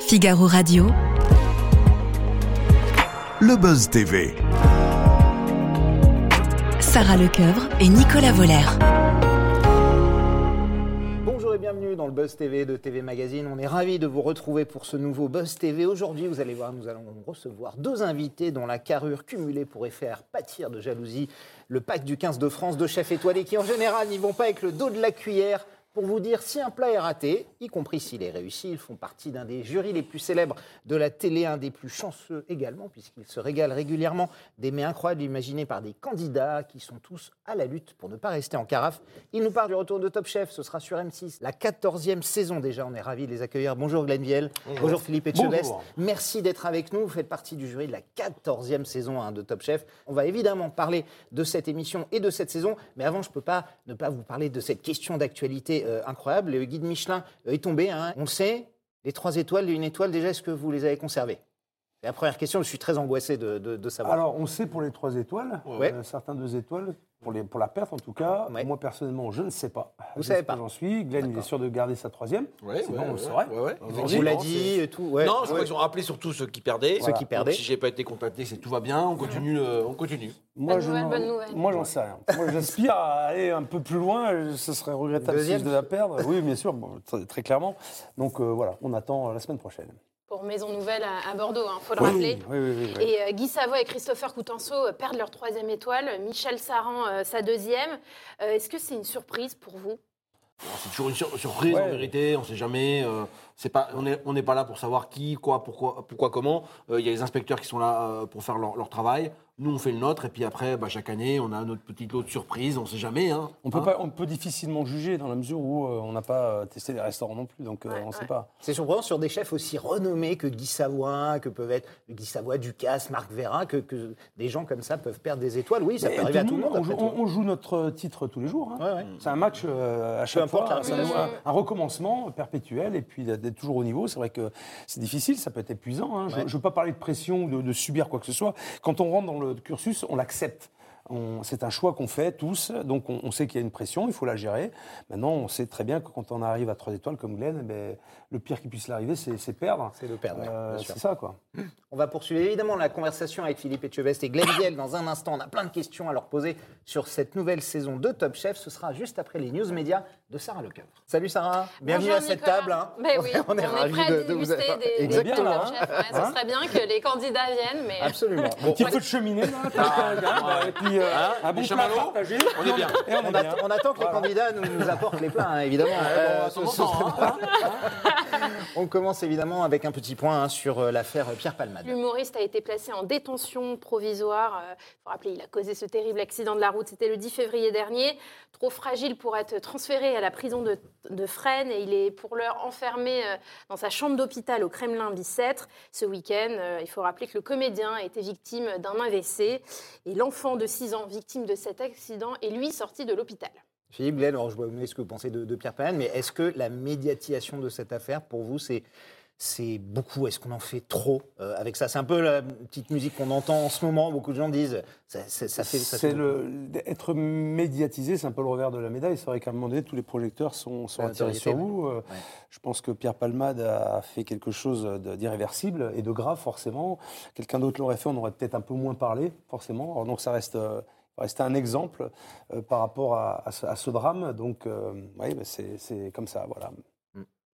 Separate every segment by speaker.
Speaker 1: Figaro Radio.
Speaker 2: Le Buzz TV.
Speaker 1: Sarah Lecoeuvre et Nicolas Volaire.
Speaker 3: Bonjour et bienvenue dans le Buzz TV de TV Magazine. On est ravis de vous retrouver pour ce nouveau Buzz TV. Aujourd'hui, vous allez voir, nous allons recevoir deux invités dont la carrure cumulée pourrait faire pâtir de jalousie le pack du 15 de France de chefs étoilés qui, en général, n'y vont pas avec le dos de la cuillère. Pour vous dire si un plat est raté, y compris s'il est réussi, ils font partie d'un des jurys les plus célèbres de la télé, un des plus chanceux également, puisqu'ils se régalent régulièrement des mets incroyables imaginés par des candidats qui sont tous à la lutte pour ne pas rester en carafe. Ils nous parlent du retour de Top Chef, ce sera sur M6, la 14e saison déjà, on est ravis de les accueillir. Bonjour Glenn Viel, bonjour, Philippe Etchebest,
Speaker 4: Bonjour.
Speaker 3: merci d'être avec nous, vous faites partie du jury de la 14e saison hein, de Top Chef. On va évidemment parler de cette émission et de cette saison, mais avant je ne peux pas ne pas vous parler de cette question d'actualité euh, incroyable. Le guide Michelin euh, est tombé, hein. on le sait, les trois étoiles et une étoile déjà, est-ce que vous les avez conservées C'est la première question, je suis très angoissé de, de- de savoir.
Speaker 4: Alors, on sait pour les trois étoiles,
Speaker 3: Ouais.
Speaker 4: euh, certains deux étoiles, pour, les, pour la perte en tout cas.
Speaker 3: Ouais.
Speaker 4: Moi, personnellement, je ne sais pas.
Speaker 3: Vous
Speaker 4: Je
Speaker 3: savez
Speaker 4: sais
Speaker 3: pas.
Speaker 4: où J'en suis. Glenn, il est sûr de garder sa troisième.
Speaker 5: Ouais,
Speaker 4: Sinon,
Speaker 5: ouais,
Speaker 4: on le
Speaker 5: ouais,
Speaker 4: saurait.
Speaker 5: ouais, ouais.
Speaker 3: on
Speaker 4: Aujourd'hui,
Speaker 3: vous l'a dit et tout. ouais.
Speaker 5: non, je crois
Speaker 3: Ouais.
Speaker 5: qu'ils ont rappelé surtout ceux qui perdaient.
Speaker 3: Ceux qui
Speaker 5: Donc,
Speaker 3: perdaient.
Speaker 5: si j'ai pas été contacté, c'est tout va bien, on continue. euh, on continue.
Speaker 4: Moi,
Speaker 6: Bonne
Speaker 4: je
Speaker 6: nouvelle,
Speaker 4: n'en-
Speaker 6: bonne nouvelle.
Speaker 4: Moi, j'en sais rien. Moi, j'aspire à aller un peu plus loin. euh, Ce serait regrettable
Speaker 3: Deuxième.
Speaker 4: si je devais la perdre. Oui, bien sûr, bon, très, très clairement. Donc, euh, voilà, on attend euh, la semaine prochaine.
Speaker 6: pour Maison Nouvelle à, à Bordeaux, il faut le
Speaker 4: Oui,
Speaker 6: rappeler.
Speaker 4: oui, oui, oui, oui.
Speaker 6: Et euh, Guy Savoy et Christopher Coutenceau euh, perdent leur troisième étoile, Michel Saran euh, sa deuxième. Euh, Est-ce que c'est une surprise pour vous
Speaker 5: Alors, C'est toujours une sur- surprise en
Speaker 4: Ouais.
Speaker 5: vérité, on sait jamais. euh, c'est pas, on n'est on n'est pas là pour savoir qui, quoi, pourquoi, pourquoi comment. Euh, Il y a les inspecteurs qui sont là euh, pour faire leur, leur travail. Nous, on fait le nôtre. Et puis après, bah, chaque année, on a notre petite lot de surprises. On sait jamais. hein.
Speaker 4: On peut,
Speaker 5: Hein
Speaker 4: pas, on peut difficilement juger dans la mesure où euh, on n'a pas euh, testé les restaurants non plus, donc euh, on ne sait pas.
Speaker 3: C'est surprenant sur des chefs aussi renommés que Guy Savoy, que peuvent être Guy Savoy, Ducasse, Marc Vérin, que, que des gens comme ça peuvent perdre des étoiles. Oui, ça
Speaker 4: Mais
Speaker 3: peut arriver à tout le monde.
Speaker 4: on
Speaker 3: après
Speaker 4: joue,
Speaker 3: tout.
Speaker 4: on- on joue notre titre tous les jours. hein.
Speaker 3: Ouais, ouais.
Speaker 4: C'est un match euh, à chaque
Speaker 3: importe
Speaker 4: fois,
Speaker 3: la
Speaker 4: c'est un,
Speaker 6: réponse.
Speaker 4: un- un recommencement perpétuel et puis d'être toujours au niveau. C'est vrai que c'est difficile, ça peut être épuisant. hein. Je
Speaker 3: Ouais.
Speaker 4: ne veux pas parler de pression, de, de subir quoi que ce soit. Quand on rentre dans le cursus, on l'accepte. On- C'est un choix qu'on fait tous, donc on, on sait qu'il y a une pression, il faut la gérer. Maintenant, on sait très bien que quand on arrive à trois étoiles comme Glenn, eh ben, le pire qui puisse l'arriver, c'est c'est perdre.
Speaker 3: C'est de perdre, ouais,
Speaker 4: Euh,
Speaker 3: bien sûr.
Speaker 4: c'est ça, quoi.
Speaker 3: On va poursuivre évidemment la conversation avec Philippe Etchebest et Glenn Biel dans un instant. On a plein de questions à leur poser sur cette nouvelle saison de Top Chef. Ce sera juste après les news médias de Sarah Lecoeur. Salut Sarah, bienvenue
Speaker 6: Bonjour,
Speaker 3: à cette
Speaker 6: Nicolas.
Speaker 3: table. hein.
Speaker 6: Ben oui, on est,
Speaker 3: ravis
Speaker 6: prêt à
Speaker 3: de- de vous
Speaker 6: déguster
Speaker 3: avoir-
Speaker 6: des, des
Speaker 3: Exactement. Ah,
Speaker 4: Bien là,
Speaker 6: top
Speaker 4: hein.
Speaker 6: chefs. Ouais, ça
Speaker 4: Hein
Speaker 6: serait bien que les candidats viennent, mais
Speaker 3: Absolument.
Speaker 4: Un
Speaker 3: Bon,
Speaker 4: petit feu de cheminée, là,
Speaker 5: Ah, ouais.
Speaker 4: et puis euh,
Speaker 5: Hein,
Speaker 4: un bon
Speaker 5: les
Speaker 4: plat
Speaker 5: chamallows,
Speaker 4: partagé.
Speaker 5: on est bien.
Speaker 4: Et on
Speaker 3: on,
Speaker 4: est
Speaker 3: att-
Speaker 4: bien.
Speaker 3: on attend que les candidats nous, nous apportent les plats, hein, évidemment. Euh,
Speaker 5: On s'entend, hein.
Speaker 3: on commence évidemment avec un petit point hein, sur euh, l'affaire Pierre Palmade.
Speaker 6: L'humoriste a été placé en détention provisoire. Il faut rappeler, il a causé ce terrible accident de la route. C'était le 10 février dernier. Trop fragile pour être transféré à la prison de, de Fresnes. Et il est pour l'heure enfermé euh, dans sa chambre d'hôpital au Kremlin-Bicêtre. Ce week-end, euh, il faut rappeler que le comédien a été victime d'un AVC. Et l'enfant de 6 ans, victime de cet accident, est lui sorti de l'hôpital.
Speaker 3: Philippe Glenn, alors je vois ce que vous pensez de, de Pierre Palmade, mais est-ce que la médiatisation de cette affaire, pour vous, c'est c'est beaucoup Est-ce qu'on en fait trop euh, avec ça C'est un peu la petite musique qu'on entend en ce moment. Beaucoup de gens disent ça, ça- ça fait. ça
Speaker 4: C'est
Speaker 3: fait-
Speaker 4: le être médiatisé, c'est un peu le revers de la médaille. C'est vrai qu'à un moment donné, tous les projecteurs sont, sont
Speaker 3: La
Speaker 4: attirés
Speaker 3: notoriété,
Speaker 4: sur vous. Euh,
Speaker 3: Ouais.
Speaker 4: Je pense que Pierre Palmade a fait quelque chose de- d'irréversible et de grave, forcément. Quelqu'un d'autre l'aurait fait, on aurait peut-être un peu moins parlé, forcément. Alors, donc ça reste. euh, reste un exemple euh, par rapport à, à ce, à ce drame. Donc, euh, oui, bah, c'est c'est comme ça, voilà.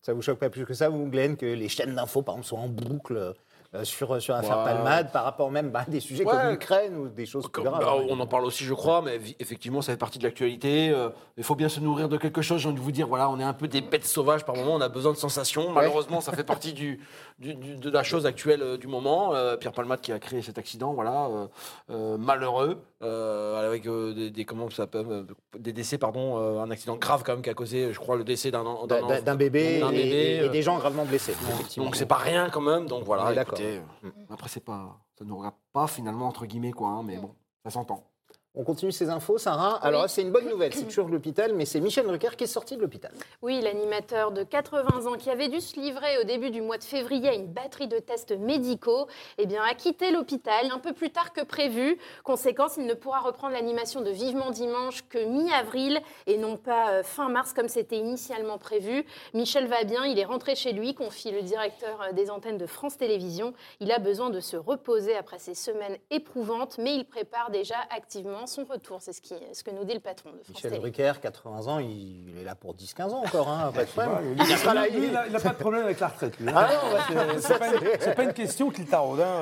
Speaker 3: Ça vous choque pas plus que ça, vous, Glenn, que les chaînes d'infos, par exemple, soient en boucle euh, sur, sur l'affaire
Speaker 5: Ouais.
Speaker 3: Palmade, par rapport même bah, à des sujets
Speaker 5: Ouais.
Speaker 3: comme l'Ukraine ou des choses plus
Speaker 5: Comme-
Speaker 3: graves hein.
Speaker 5: bah, on en parle aussi, je crois, mais vi- effectivement, ça fait partie de l'actualité. euh, il faut bien se nourrir de quelque chose. J'ai envie de vous dire, voilà, on est un peu des bêtes sauvages par moment, on a besoin de sensations. Malheureusement, ça fait partie du, du- du- de la chose actuelle euh, du moment. Euh, Pierre Palmade qui a créé cet accident, voilà, euh, euh, malheureux, euh, avec euh, des, des- comment ça peut- euh, des décès, pardon, euh, un accident grave quand même qui a causé, je crois, le décès d'un en- d'un
Speaker 3: D'un
Speaker 5: enfant.
Speaker 3: d'un bébé,
Speaker 5: D'un
Speaker 3: et-
Speaker 5: bébé,
Speaker 3: et, et
Speaker 5: euh,
Speaker 3: des gens gravement blessés. effectivement.
Speaker 5: Donc c'est pas rien quand même. Donc
Speaker 3: On est
Speaker 5: voilà,
Speaker 3: d'accord.
Speaker 5: écoutez, euh, après c'est pas, ça nous regarde pas finalement entre guillemets quoi, hein, mais bon, ça s'entend.
Speaker 3: On continue ces infos, Sarah. Alors, là, c'est une bonne nouvelle, c'est toujours l'hôpital, mais c'est Michel Drucker qui est sorti de l'hôpital.
Speaker 6: Oui, l'animateur de 80 ans qui avait dû se livrer au début du mois de février à une batterie de tests médicaux, eh bien, a quitté l'hôpital un peu plus tard que prévu. Conséquence, il ne pourra reprendre l'animation de Vivement Dimanche que mi-avril et non pas euh, fin mars comme c'était initialement prévu. Michel va bien, il est rentré chez lui, confie le directeur euh, des antennes de France Télévisions. Il a besoin de se reposer après ces semaines éprouvantes, mais il prépare déjà activement son retour. C'est ce, qui- ce que nous dit le patron de France
Speaker 3: Michel
Speaker 6: Télévisions.
Speaker 3: Drucker, 80 ans, il, il est là pour 10-15 ans encore, hein, pas de problème.
Speaker 4: Ah, Il
Speaker 3: Il sera là, il-
Speaker 4: n'a pas de problème avec la retraite, lui. hein.
Speaker 3: Ah non, ouais,
Speaker 4: C'est- c'est pas une- c'est pas une question qu'il taraude. hein.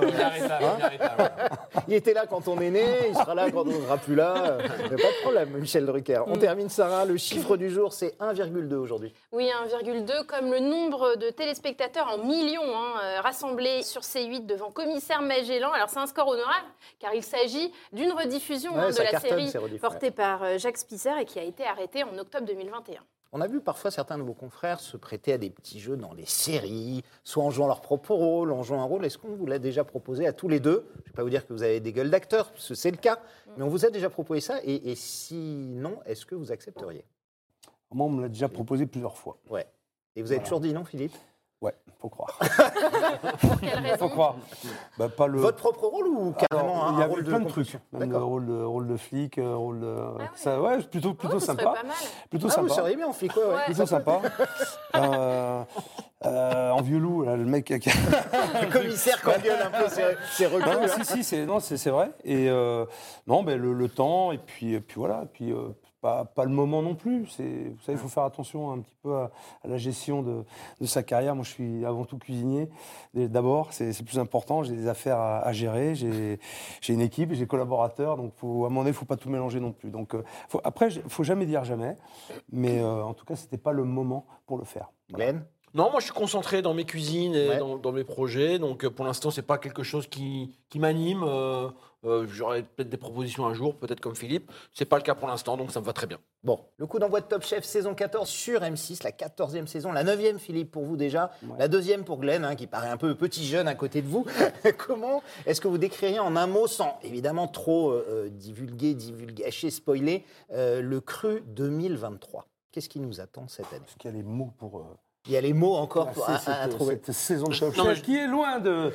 Speaker 3: Il était là quand on est né, il sera là quand on ne sera plus là. Il n'y a pas de problème, Michel Drucker.
Speaker 6: Mm.
Speaker 3: On termine, Sarah. Le chiffre du jour, c'est 1,2 aujourd'hui.
Speaker 6: Oui, 1,2, comme le nombre de téléspectateurs en millions hein, euh, rassemblés sur C8 devant Commissaire Magellan. Alors c'est un score honorable, car il s'agit d'une rediffusion
Speaker 3: Ouais,
Speaker 6: hein, de
Speaker 3: ça
Speaker 6: la
Speaker 3: cartonne,
Speaker 6: série
Speaker 3: ces rediffs,
Speaker 6: portée par euh, Jacques Spicer et qui a été arrêtée en octobre 2021.
Speaker 3: On a vu parfois certains de vos confrères se prêter à des petits jeux dans les séries, soit en jouant leur propre rôle, en jouant un rôle. Est-ce qu'on vous l'a déjà proposé à tous les deux Je ne vais pas vous dire que vous avez des gueules d'acteurs, parce que c'est le cas, mais on vous a déjà proposé ça. Et, et sinon, est-ce que vous accepteriez
Speaker 4: Moi, on me l'a déjà proposé plusieurs fois.
Speaker 3: Ouais. Et vous avez toujours dit non, Philippe
Speaker 4: Ouais, faut croire.
Speaker 6: Pour quelle
Speaker 4: Ah, Faut
Speaker 6: raison
Speaker 4: croire. Bah, pas le...
Speaker 3: Votre propre rôle ou carrément
Speaker 4: Alors,
Speaker 3: un,
Speaker 4: il y
Speaker 3: un
Speaker 4: avait
Speaker 3: rôle de
Speaker 4: plein hein, de, trucs.
Speaker 3: compétition
Speaker 4: Même le
Speaker 3: D'accord.
Speaker 4: rôle de, rôle de flic, euh, rôle de.
Speaker 6: Ah ouais.
Speaker 4: Ça, ouais, plutôt, plutôt
Speaker 6: Oh, ce serait
Speaker 4: sympa.
Speaker 6: pas mal.
Speaker 4: Plutôt
Speaker 3: Ah, vous
Speaker 4: sympa.
Speaker 3: seriez bien en flic, ouais, ouais.
Speaker 6: Ouais.
Speaker 4: Plutôt sympa. Euh, euh, en vieux loup, là, le mec qui a-
Speaker 3: Le commissaire qu'on gueule un peu, c'est- c'est recul.
Speaker 4: Non,
Speaker 3: hein.
Speaker 4: si, si, c'est non, c'est c'est vrai. Et euh, non, ben le, le temps et puis et puis voilà, et puis euh, pas, pas le moment non plus. C'est vous savez, il faut faire attention un petit peu à, à la gestion de, de sa carrière. Moi, je suis avant tout cuisinier. Et D'abord, c'est c'est plus important. J'ai des affaires à, à gérer. J'ai j'ai une équipe, j'ai des collaborateurs. Donc, faut, à un moment donné, faut pas tout mélanger non plus. Donc, euh, faut, après, j- faut jamais dire jamais. Mais euh, en tout cas, c'était pas le moment pour le faire. Voilà.
Speaker 3: Glenn
Speaker 5: Non, moi je suis concentré dans mes cuisines et
Speaker 3: Ouais.
Speaker 5: dans, dans mes projets, donc euh, pour l'instant c'est pas quelque chose qui, qui m'anime. euh, euh, J'aurai peut-être des propositions un jour, peut-être comme Philippe. C'est pas le cas pour l'instant, donc ça me va très bien.
Speaker 3: Bon, le coup d'envoi de Top Chef saison 14 sur M6, la 14e saison, la 9e Philippe pour vous déjà, la deuxième pour Glenn, hein, qui paraît un peu petit jeune à côté de vous. Comment est-ce que vous décririez en un mot, sans évidemment trop euh, euh, divulguer, divulgacher, spoiler, euh, le cru 2023 Qu'est-ce qui nous attend cette année
Speaker 4: Est-ce qu'il y a les mots pour euh,
Speaker 3: Il y a les mots encore pour-
Speaker 4: Ah,
Speaker 3: à,
Speaker 4: c'est
Speaker 3: à- à
Speaker 4: cette-
Speaker 3: trouver.
Speaker 4: cette saison de Top
Speaker 5: Non, mais
Speaker 4: Chef
Speaker 5: je-
Speaker 4: qui est loin de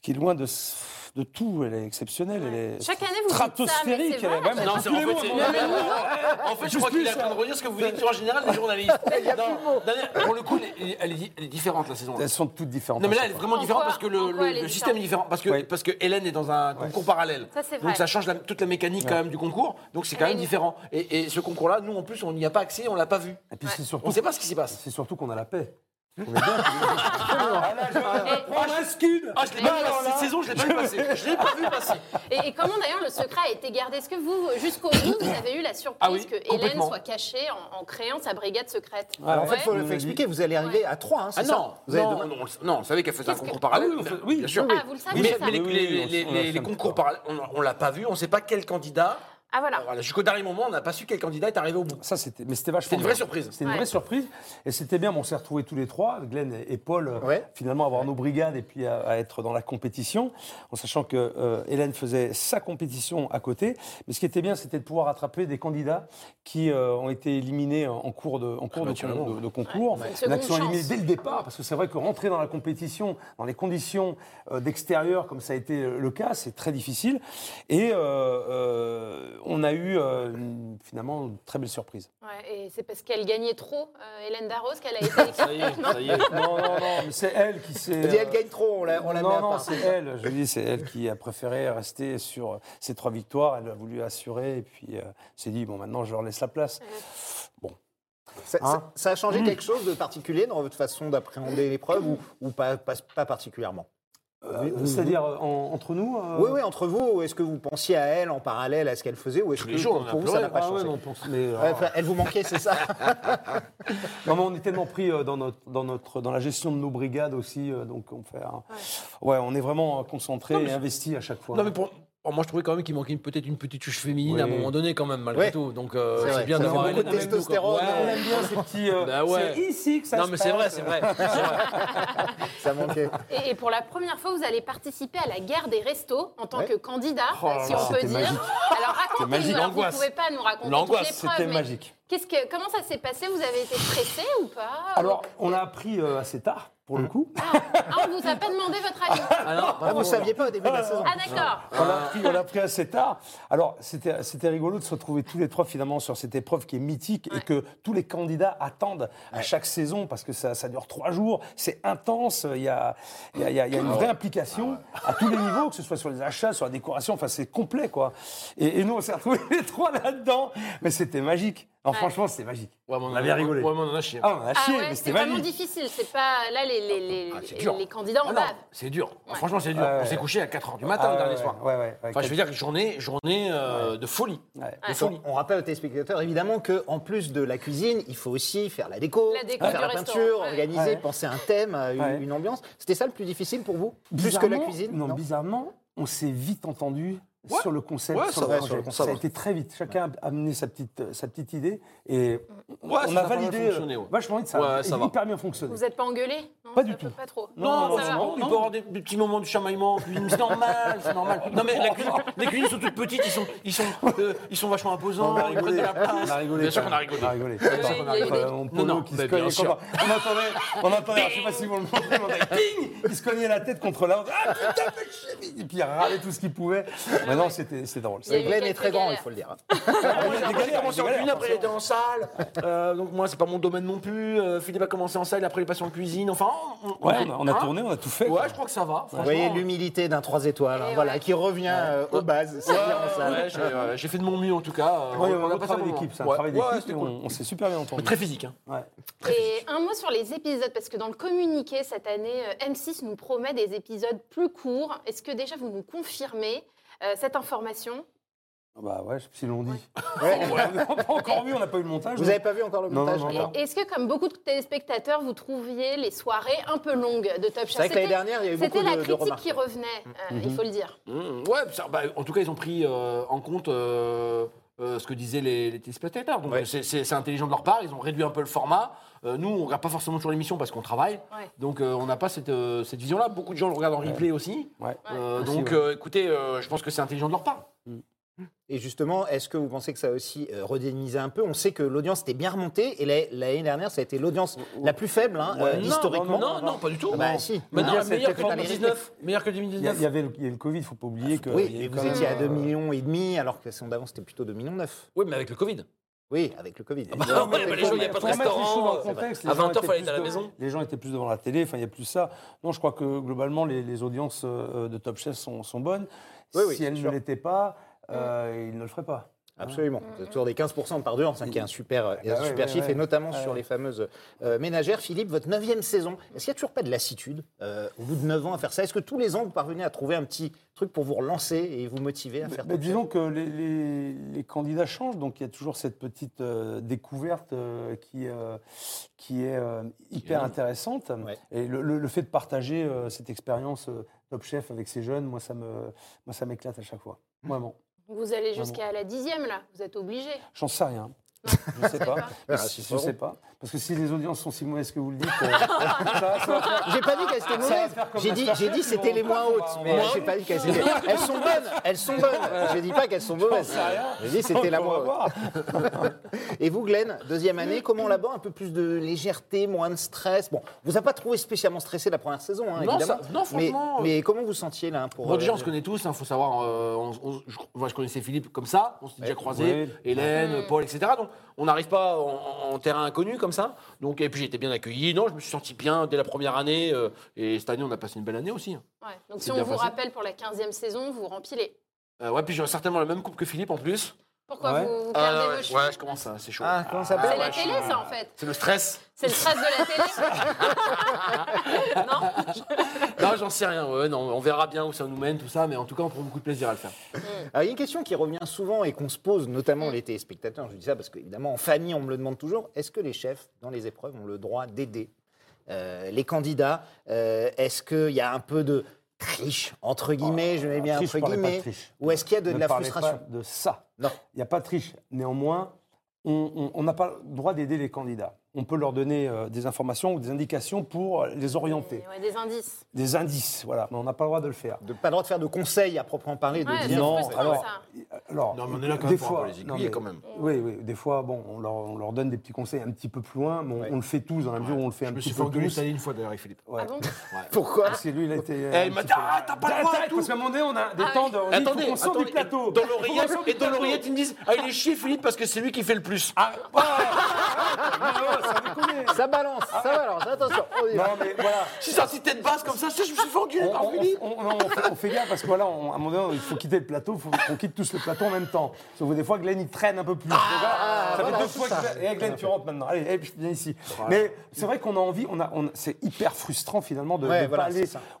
Speaker 4: qui est loin de s- de tout, elle est exceptionnelle, elle est
Speaker 6: Chaque année, vous dites ça, mais
Speaker 4: stratosphérique,
Speaker 6: c'est vrai,
Speaker 4: elle est- ouais, mais
Speaker 5: Non,
Speaker 4: tous
Speaker 5: c'est-
Speaker 4: les
Speaker 5: en fait,
Speaker 4: mois,
Speaker 5: c'est-
Speaker 4: on
Speaker 5: non, hein.
Speaker 4: en a-
Speaker 5: mais- en fait, je crois qu'il est en train de redire ce que vous dites en général des journalistes. Non, dernière- pour le coup, elle est, elle est- elle est différente la saison.
Speaker 4: Elles sont toutes différentes.
Speaker 5: Non mais
Speaker 4: à
Speaker 5: là
Speaker 4: chaque
Speaker 5: elle est
Speaker 4: fois.
Speaker 5: vraiment
Speaker 6: En
Speaker 5: différente
Speaker 6: quoi-
Speaker 5: parce que le,
Speaker 6: en quoi
Speaker 5: le-
Speaker 6: elle est
Speaker 5: le
Speaker 6: différente
Speaker 5: système est différent parce que
Speaker 4: Ouais.
Speaker 5: parce que Hélène est dans un concours parallèle.
Speaker 6: Ça, c'est vrai.
Speaker 5: Donc ça change la- toute la mécanique quand même du concours. Donc c'est quand
Speaker 6: Elle
Speaker 5: même
Speaker 6: est-
Speaker 5: différent. Et, et ce concours là, nous en plus on n'y a pas accès, on l'a pas vu.
Speaker 4: Et puis c'est
Speaker 5: On
Speaker 4: surtout
Speaker 5: sait pas ce qui s'y passe.
Speaker 4: c'est surtout qu'on a la paix. On est bien. Ah, là, je- Ah, Raskin
Speaker 5: Ah, je l'ai
Speaker 6: Mais
Speaker 5: pas vu
Speaker 6: alors
Speaker 5: passer. Cette saison, je l'ai pas vu passer. Je l'ai pas vu passer.
Speaker 6: Et, et comment d'ailleurs le secret a été gardé Est-ce que vous, jusqu'au bout, vous avez eu la surprise
Speaker 5: Ah oui,
Speaker 6: que Hélène
Speaker 5: complètement.
Speaker 6: soit cachée en, en créant sa brigade secrète
Speaker 3: Alors, en fait,
Speaker 6: Ouais.
Speaker 3: il faut,
Speaker 4: On
Speaker 3: faut
Speaker 4: a dit-
Speaker 3: expliquer, vous allez arriver à 3, hein, c'est
Speaker 5: Ah
Speaker 3: ça
Speaker 5: non,
Speaker 3: Vous avez
Speaker 5: non,
Speaker 3: demain-
Speaker 5: non, on le- non, on savait qu'elle faisait un
Speaker 6: Qu'est-ce
Speaker 5: concours
Speaker 6: que-
Speaker 5: parallèle.
Speaker 4: Ah oui, on fait- oui,
Speaker 5: bien sûr.
Speaker 6: Ah, vous le savez,
Speaker 5: Mais,
Speaker 6: ça
Speaker 5: mais les,
Speaker 4: Oui,
Speaker 5: les-
Speaker 4: oui, on
Speaker 5: les-
Speaker 4: le
Speaker 5: les-
Speaker 4: sait,
Speaker 5: les
Speaker 4: on
Speaker 5: concours
Speaker 4: le
Speaker 5: parallèles, on, on l'a pas vu. On sait pas quel candidat.
Speaker 6: Ah voilà.
Speaker 5: Voilà, Jusqu'au dernier moment, on n'a pas su quel candidat est arrivé au bout.
Speaker 4: Ça, c'était, mais c'était vachement.
Speaker 5: C'était Oh, une vraie
Speaker 4: bien.
Speaker 5: surprise. Ah.
Speaker 4: C'était une
Speaker 6: Ouais.
Speaker 4: vraie surprise. Et c'était bien, mais on s'est retrouvés tous les trois, Glenn et- et Paul, euh,
Speaker 3: Ouais.
Speaker 4: finalement, à avoir nos brigades et puis à, à être dans la compétition, en sachant que euh, Hélène faisait sa compétition à côté. Mais ce qui était bien, c'était de pouvoir attraper des candidats qui euh, ont été éliminés en en cours de, en cours de, con- de- de concours.
Speaker 6: Ouais, c'est une
Speaker 4: Il y en a qui
Speaker 6: seconde
Speaker 4: sont éliminés
Speaker 6: chance.
Speaker 4: dès le départ, parce que c'est vrai que rentrer dans la compétition, dans les conditions euh, d'extérieur, comme ça a été euh, le cas, c'est très difficile. Et euh, euh, on a eu euh, une- finalement une très belle surprise.
Speaker 6: Ouais, et c'est parce qu'elle gagnait trop, euh, Hélène Darros, qu'elle a été
Speaker 5: Ça y est, ça y est.
Speaker 4: Non, non, non, mais c'est elle qui s'est. euh,
Speaker 3: Elle dit, elle gagne trop, on la, on la met à
Speaker 4: non, non,
Speaker 3: part.
Speaker 4: c'est elle. Je dis, c'est elle qui a préféré rester sur ses trois victoires. Elle a voulu assurer et puis euh, s'est dit bon, maintenant je leur laisse la place.
Speaker 3: Ça,
Speaker 4: Hein
Speaker 3: ça- ça a
Speaker 6: Mmh.
Speaker 3: changé quelque chose de particulier dans votre façon d'appréhender l'épreuve ou, ou pas, pas, pas particulièrement
Speaker 4: Euh, C'est-à-dire euh, en- entre nous. euh,
Speaker 3: Oui, oui, entre vous, est-ce que vous pensiez à elle en parallèle à ce qu'elle faisait ou est-ce
Speaker 5: Tous
Speaker 3: que
Speaker 5: les jours, on a
Speaker 3: pour vous
Speaker 5: pleuré.
Speaker 3: ça n'a pas
Speaker 4: Ah ouais,
Speaker 3: changé
Speaker 4: non, pour- mais, euh,
Speaker 3: Ouais, enfin, Elle vous manquait, c'est ça
Speaker 4: non, mais on est tellement pris euh, dans notre, dans notre, dans la gestion de nos brigades aussi, euh, donc on fait. un- Ouais, on est vraiment concentré et investi à chaque fois.
Speaker 5: Non, mais pour, oh, moi, je trouvais quand même qu'il manquait une- peut-être une petite touche féminine
Speaker 3: Oui.
Speaker 5: à un moment donné, quand même, malgré
Speaker 3: Ouais.
Speaker 5: tout. Donc, euh,
Speaker 3: C'est
Speaker 5: c'est
Speaker 3: vrai,
Speaker 5: bien
Speaker 3: ça
Speaker 5: d'avoir
Speaker 3: fait beaucoup
Speaker 5: Hélène
Speaker 3: de
Speaker 5: avec nous, quoi.
Speaker 3: testostérone.
Speaker 5: Ouais.
Speaker 3: On
Speaker 4: Ah, aime bien ces petits.
Speaker 5: Bah ouais. c'est
Speaker 4: ici que ça
Speaker 5: Non, mais c'est vrai, c'est vrai. c'est vrai.
Speaker 3: Ça manquait.
Speaker 6: Et, et pour la première fois, vous allez participer à la guerre des restos en tant
Speaker 3: Ouais.
Speaker 6: que candidat,
Speaker 5: Oh là
Speaker 6: si
Speaker 5: là,
Speaker 6: on peut
Speaker 4: c'était
Speaker 6: dire.
Speaker 4: magique.
Speaker 6: Alors racontez-nous,
Speaker 5: magique,
Speaker 6: alors, vous ne
Speaker 5: l'angoisse.
Speaker 6: pouvez pas nous raconter
Speaker 5: L'angoisse,
Speaker 6: toutes les
Speaker 4: C'était
Speaker 6: preuves, mais
Speaker 4: magique.
Speaker 6: qu'est-ce que, comment ça s'est passé Vous avez été stressé ou pas
Speaker 4: Alors, on a appris euh, assez tard, pour le coup.
Speaker 6: Ah, on vous a pas demandé votre avis.
Speaker 5: Ah non,
Speaker 3: Ah, vous ne saviez pas au début de la saison.
Speaker 6: Ah d'accord.
Speaker 4: On l'a appris, on l'a appris assez tard. Alors, c'était c'était rigolo de se retrouver tous les trois finalement sur cette épreuve qui est mythique et que tous les candidats attendent à chaque saison parce que ça, ça dure trois jours. C'est intense. Il y a, il y a- il y a- il y a une vraie implication à tous les niveaux, que ce soit sur les achats, sur la décoration. Enfin, c'est complet, quoi. Et, et nous, on s'est retrouvés les trois là-dedans. Mais c'était magique. Alors,
Speaker 6: Ouais.
Speaker 4: franchement, c'était magique.
Speaker 5: Ouais, mais on
Speaker 4: On
Speaker 5: en a
Speaker 4: a bien rigolé.
Speaker 5: Ouais, mais on en a chié.
Speaker 4: Ah, on a
Speaker 6: Ah
Speaker 4: chié,
Speaker 6: ouais,
Speaker 4: mais
Speaker 6: c'est
Speaker 4: c'était
Speaker 6: vraiment
Speaker 4: magique.
Speaker 6: difficile. C'est pas là les les, les,
Speaker 5: Ah, c'est
Speaker 6: les-
Speaker 5: dur.
Speaker 6: les candidats en
Speaker 5: Ah non,
Speaker 3: bah.
Speaker 6: bavent.
Speaker 5: c'est dur.
Speaker 6: Ouais.
Speaker 5: Franchement, c'est dur.
Speaker 4: Ouais.
Speaker 5: On s'est couché à 4h du matin
Speaker 4: Ah,
Speaker 5: le dernier
Speaker 4: ouais,
Speaker 5: soir.
Speaker 4: ouais, ouais, ouais.
Speaker 5: Enfin, je veux dire, journée, journée euh, de folie.
Speaker 4: Ouais.
Speaker 5: Ah,
Speaker 3: Donc, on- on rappelle aux téléspectateurs évidemment qu'en plus de la cuisine, il faut aussi faire la déco,
Speaker 6: La déco
Speaker 3: faire
Speaker 6: du
Speaker 3: la
Speaker 6: restaurant,
Speaker 3: peinture,
Speaker 6: ouais.
Speaker 3: organiser,
Speaker 4: Ouais.
Speaker 3: penser à un thème, à une,
Speaker 4: Ouais.
Speaker 3: une ambiance. C'était ça le plus difficile pour vous Plus que la
Speaker 4: Bizarrement-
Speaker 3: cuisine
Speaker 4: Non, bizarrement, on s'est vite entendu
Speaker 5: Ouais.
Speaker 4: sur le concept.
Speaker 5: Ouais,
Speaker 4: sur,
Speaker 5: ça
Speaker 4: le
Speaker 5: va,
Speaker 4: projet.
Speaker 5: sur le concept.
Speaker 4: Ça a été très vite. Chacun a amené sa petite, euh, sa petite idée et on-
Speaker 5: Ouais,
Speaker 4: on a
Speaker 5: ça a pas mal
Speaker 4: validé
Speaker 5: fonctionné,
Speaker 4: euh,
Speaker 5: ouais.
Speaker 4: vachement vite. Ça
Speaker 5: Ouais,
Speaker 4: a
Speaker 5: ça va.
Speaker 4: hyper bien fonctionné.
Speaker 6: Vous êtes pas engueulé Non,
Speaker 4: Pas
Speaker 6: ça
Speaker 4: du
Speaker 6: peut
Speaker 4: tout.
Speaker 6: Pas trop.
Speaker 5: Non,
Speaker 4: Non,
Speaker 5: non,
Speaker 6: ça
Speaker 4: non,
Speaker 6: va.
Speaker 4: non.
Speaker 5: il peut y avoir des, des petits moments de chamaillement. cuisine, C'est normal, c'est normal. Non, mais la cuisine- les cuisines sont toutes petites, ils sont, ils sont, euh, ils sont vachement imposants, ils prennent de la place.
Speaker 4: On a rigolé.
Speaker 5: Bien sûr qu'on a
Speaker 4: quand même.
Speaker 5: rigolé.
Speaker 4: On a rigolé.
Speaker 6: sûr qu'on a rigolé.
Speaker 4: Enfin, mon polo
Speaker 5: Non, non,
Speaker 4: qui
Speaker 5: mais
Speaker 4: se
Speaker 5: bien
Speaker 4: cognait
Speaker 5: sûr.
Speaker 4: comme- On entendait, on entendait, alors, je sais pas si vous le montrez, mais on entendait ping Il se cognait la tête contre l'autre. Ah putain, fais chier Et puis il râlait tout ce qu'il pouvait. Mais non, c'était c'était drôle.
Speaker 6: Il y a eu
Speaker 3: Glenn est
Speaker 6: quelques
Speaker 3: très grand, il
Speaker 6: galères.
Speaker 3: faut le dire.
Speaker 5: Moi, j'ai commencé- j'ai
Speaker 4: galères,
Speaker 5: commencé en
Speaker 4: des galères,
Speaker 5: cuisine, après il était en salle. Euh, donc moi, c'est pas mon domaine non plus. Euh, Philippe a commencé en salle, après il est passé en cuisine. Enfin, on, on-
Speaker 4: Ouais, on a- on a
Speaker 6: Ah.
Speaker 5: hein
Speaker 4: tourné, on a tout fait. quoi.
Speaker 5: Ouais, je crois que ça va.
Speaker 3: Vous voyez l'humilité d'un 3 étoiles, hein,
Speaker 6: Et
Speaker 3: voilà,
Speaker 6: ouais.
Speaker 3: qui revient euh, aux bases. C'est bien ça.
Speaker 5: Ouais, j'ai euh, j'ai fait de mon mieux en tout cas. Euh,
Speaker 4: Ouais, on,
Speaker 5: a
Speaker 4: a
Speaker 5: passé
Speaker 4: travail
Speaker 5: un bon moment.
Speaker 4: d'équipe, c'est un
Speaker 5: Ouais,
Speaker 4: travail
Speaker 5: ouais,
Speaker 4: d'équipe.
Speaker 5: c'était
Speaker 4: mais
Speaker 5: cool.
Speaker 4: on on s'est super bien
Speaker 5: Mais
Speaker 4: entendu.
Speaker 5: très physique. Hein.
Speaker 4: Ouais.
Speaker 6: Et un mot sur les épisodes, parce que dans le communiqué cette année, euh, M6 nous promet des épisodes plus courts. Est-ce que déjà vous nous confirmez euh, cette information
Speaker 4: Bah ouais, si l'on dit.
Speaker 3: Ouais.
Speaker 4: On l'a pas encore vu, on n'a pas eu le montage.
Speaker 3: Vous n'avez pas vu encore le
Speaker 4: Non, non,
Speaker 3: montage
Speaker 4: non,
Speaker 6: Et
Speaker 4: non.
Speaker 6: Est-ce que, comme beaucoup de téléspectateurs, vous trouviez les soirées un peu longues de Top Chef
Speaker 3: C'est vrai que l'année
Speaker 6: C'était-
Speaker 3: dernière, il y a eu beaucoup
Speaker 6: C'était
Speaker 3: de,
Speaker 6: la
Speaker 3: de
Speaker 6: critique
Speaker 3: remarques. Mm-hmm.
Speaker 6: qui revenait, euh, il faut le dire.
Speaker 5: Mmh, ouais, ça- bah, en tout cas, ils ont pris euh, en compte euh, euh, ce que disaient les, les téléspectateurs. Donc,
Speaker 3: Ouais.
Speaker 5: c'est- c'est c'est intelligent de leur part. Ils ont réduit un peu le format. Euh, nous, on regarde pas forcément toujours l'émission parce qu'on travaille.
Speaker 6: Ouais.
Speaker 5: Donc, euh, on n'a pas cette, euh, cette vision-là. Beaucoup de gens le regardent en replay aussi.
Speaker 4: Ouais.
Speaker 5: Euh,
Speaker 4: Aussi,
Speaker 5: donc,
Speaker 4: ouais.
Speaker 5: euh, écoutez, euh, je pense que c'est intelligent de leur part.
Speaker 3: Et justement, est-ce que vous pensez que ça a aussi euh, redynamisé un peu On sait que l'audience était bien remontée et la- l'année dernière, ça a été l'audience la plus faible hein, euh,
Speaker 5: Non,
Speaker 3: historiquement.
Speaker 5: Non, non, non, pas du tout.
Speaker 3: Ah bah, si.
Speaker 5: Maintenant,
Speaker 4: Bien, c'est
Speaker 5: meilleur que
Speaker 4: peut-être pas
Speaker 5: 2019. Meilleur que
Speaker 4: Il y, a,
Speaker 5: 2019.
Speaker 4: il y avait le, il y a eu le Covid, il faut pas oublier que.
Speaker 3: Oui,
Speaker 4: il y a eu
Speaker 3: mais vous
Speaker 4: quand même,
Speaker 3: étiez à
Speaker 4: euh,
Speaker 3: 2 millions et demi, alors que son d'avant, c'était plutôt 2 millions 9.
Speaker 5: Oui, mais avec le Covid.
Speaker 3: Oui, avec le Covid.
Speaker 5: Ah ouais, bah, les gens,
Speaker 4: Pour
Speaker 5: il n'y a pas de
Speaker 4: mettre les choses dans
Speaker 5: restaurant. euh,
Speaker 4: le contexte,
Speaker 5: À
Speaker 4: les gens
Speaker 5: 20h, il
Speaker 4: étaient
Speaker 5: fallait être à la
Speaker 4: plus
Speaker 5: maison.
Speaker 4: Les gens étaient plus devant la télé, enfin, il n'y a plus ça. Non, je crois que globalement, les, les audiences euh, de Top Chef sont, sont bonnes.
Speaker 3: Oui, oui,
Speaker 4: si
Speaker 3: c'est
Speaker 4: elles ne
Speaker 3: sûr.
Speaker 4: l'étaient pas, euh, ils ne le feraient pas.
Speaker 3: Absolument. C'est autour des 15% par deux, hein, qui est un super, euh,
Speaker 4: Bah
Speaker 3: un
Speaker 4: Mm, ouais,
Speaker 3: super
Speaker 4: ouais,
Speaker 3: chiffre,
Speaker 4: ouais.
Speaker 3: et notamment
Speaker 4: Ouais,
Speaker 3: sur
Speaker 4: ouais.
Speaker 3: les fameuses euh, ménagères. Philippe, votre neuvième saison, est-ce qu'il n'y a toujours pas de lassitude euh, au bout de 9 ans à faire ça Est-ce que tous les ans, vous parvenez à trouver un petit truc pour vous relancer et vous motiver à faire
Speaker 4: Mais
Speaker 3: d'autres
Speaker 4: disons que les, les- les candidats changent, donc il y a toujours cette petite euh, découverte euh, qui, euh, qui est euh, hyper intéressante.
Speaker 3: Ouais.
Speaker 4: Et le, le- le fait de partager euh, cette expérience euh, Top Chef avec ces jeunes, moi ça me- moi, ça m'éclate à chaque fois. Vraiment.
Speaker 6: Vous allez jusqu'à la dixième, là, vous êtes obligé.
Speaker 4: J'en sais rien. Je sais pas.
Speaker 3: Ah, c'est
Speaker 4: Je
Speaker 3: pas
Speaker 4: sais pas. Parce que si les audiences sont si mauvaises que vous le dites, euh, ça va, ça va faire-
Speaker 3: J'ai pas dit qu'elles étaient
Speaker 4: va
Speaker 3: mauvaises.
Speaker 4: faire comme
Speaker 3: J'ai dit,
Speaker 4: Masterchef,
Speaker 3: j'ai dit
Speaker 4: ils
Speaker 3: c'était
Speaker 4: vont
Speaker 3: les
Speaker 4: pas,
Speaker 3: moins
Speaker 4: on va-
Speaker 3: hautes.
Speaker 4: on
Speaker 3: Mais
Speaker 4: va-
Speaker 3: j'ai pas dit qu'elles étaient. Elles sont bonnes. Elles sont bonnes. Je dis pas qu'elles sont mauvaises. J'ai dit c'était la
Speaker 4: on va
Speaker 3: moins haute.
Speaker 4: voir.
Speaker 3: Et vous, Glenn, deuxième année, comment on l'aborde Un peu plus de légèreté, moins de stress. Bon, vous a pas trouvé spécialement stressé la première saison, hein,
Speaker 5: Non,
Speaker 3: évidemment.
Speaker 5: ça- non, franchement, euh,
Speaker 3: Mais, mais comment vous sentiez là pour
Speaker 5: Bon, déjà,
Speaker 3: euh,
Speaker 5: on se connaît tous, il faut savoir. euh, on- on- je, moi, je connaissais Philippe comme ça, on s'est déjà croisés,
Speaker 4: Ouais.
Speaker 5: Hélène, Paul, etc. Donc, on n'arrive pas en, en- en terrain inconnu comme ça. Donc, et puis, j'ai été bien accueilli. Non, je me suis senti bien dès la première année. euh, et cette année, on a passé une belle année aussi. hein.
Speaker 6: Ouais. Donc
Speaker 5: C'est
Speaker 6: si on
Speaker 5: bien
Speaker 6: vous
Speaker 5: passé.
Speaker 6: rappelle pour la quinzième saison, vous rempilez.
Speaker 5: Euh, ouais, puis j'aurais certainement la même coupe que Philippe en plus.
Speaker 6: Pourquoi
Speaker 4: Ouais.
Speaker 6: vous, vous
Speaker 5: Ah,
Speaker 6: perdez
Speaker 5: ouais,
Speaker 6: vos
Speaker 5: ouais,
Speaker 6: cheveux
Speaker 5: je commence à, c'est chaud.
Speaker 3: Ah, comment ça
Speaker 6: C'est
Speaker 3: s'appelle
Speaker 6: la télé, ça, en fait.
Speaker 5: C'est le stress.
Speaker 6: C'est le stress de la télé. non
Speaker 5: Non, j'en sais rien. ouais, non, on verra bien où ça nous mène, tout ça. Mais en tout cas, on prend beaucoup de plaisir à le faire.
Speaker 3: Alors, Ah, il y a une question qui revient souvent et qu'on se pose,
Speaker 6: Mm.
Speaker 3: notamment les téléspectateurs. Je dis ça parce qu'évidemment, en famille, on me le demande toujours. Est-ce que les chefs, dans les épreuves, ont le droit d'aider euh, les candidats Euh, Est-ce qu'il y a un peu de triche, entre guillemets, je mets bien
Speaker 4: Ah, triche,
Speaker 3: entre
Speaker 4: parlez pas de
Speaker 3: guillemets,
Speaker 4: triche.
Speaker 3: ou est-ce qu'il y a de,
Speaker 4: Ne
Speaker 3: de la
Speaker 4: parlez
Speaker 3: frustration
Speaker 4: pas de ça.
Speaker 3: Non.
Speaker 4: Il n'y a pas de triche. Néanmoins, on on- on n'a pas le droit d'aider les candidats. On peut leur donner euh, des informations ou des indications pour les orienter.
Speaker 6: Ouais, des indices.
Speaker 4: Des indices, voilà. Mais on n'a pas le droit de le faire.
Speaker 3: de, Pas le droit de faire de conseils à proprement parler, de
Speaker 6: Ouais,
Speaker 3: dire...
Speaker 6: c'est
Speaker 4: non,
Speaker 6: frustrant,
Speaker 4: alors-
Speaker 6: ça.
Speaker 4: Alors,
Speaker 5: Non, mais on est là quand
Speaker 4: des
Speaker 5: même pour un
Speaker 4: fois-
Speaker 5: peu les
Speaker 4: non,
Speaker 5: aiguiller,
Speaker 4: mais-
Speaker 5: quand même.
Speaker 4: Oui, oui, des fois, bon, on leur, on leur donne des petits conseils un petit peu plus loin, mais on,
Speaker 3: Ouais.
Speaker 4: on le fait tous, dans la mesure où on le fait
Speaker 5: Je
Speaker 4: un
Speaker 5: me
Speaker 4: petit
Speaker 5: suis
Speaker 4: peu
Speaker 5: fait engueuler
Speaker 4: tous.
Speaker 5: ça une fois d'ailleurs avec Philippe.
Speaker 4: Ouais.
Speaker 6: Ah bon
Speaker 3: Pourquoi
Speaker 4: Parce que lui, il a été.
Speaker 5: Eh, il m'a dit Ah, t'as pas le droit et
Speaker 4: Parce
Speaker 5: tout
Speaker 4: qu'à un moment donné, on a des
Speaker 6: Ah
Speaker 4: temps
Speaker 6: oui.
Speaker 4: de. on dit, faut
Speaker 5: Attendez,
Speaker 4: qu'on sorte
Speaker 5: attendez,
Speaker 4: du plateau.
Speaker 5: et Dans l'oreillette,
Speaker 4: Faut qu'on sorte
Speaker 5: et
Speaker 4: du
Speaker 5: dans
Speaker 4: plateau.
Speaker 5: l'oreillette, ils me disent Ah, il est chier, Philippe, parce que c'est lui qui fait le plus.
Speaker 4: Ah, ouais, ouais, ouais, sans déconner.
Speaker 6: Ah.
Speaker 3: Ça balance, ça balance, attention, on y va.
Speaker 4: Non, mais voilà.
Speaker 5: Je suis sorti tête basse comme ça, je je me suis fait engueuler par Philippe.
Speaker 4: On, on- on- non, on fait, on fait gaffe parce que voilà, on- à un moment donné, il faut quitter le plateau, il faut qu'on quitte tous le plateau en même temps. Sauf que des fois, Glenn, il traîne un peu plus. Donc là, ça
Speaker 3: Ah, voilà,
Speaker 4: fait deux
Speaker 3: c'est
Speaker 4: fois
Speaker 3: ça.
Speaker 4: que. Et Glenn, tu rentres maintenant. Allez, allez, viens ici. Mais c'est vrai qu'on a envie, on a, on- c'est hyper frustrant finalement de ne
Speaker 3: Ouais,
Speaker 4: pas
Speaker 3: voilà, c'est
Speaker 4: aller
Speaker 3: ça. Ah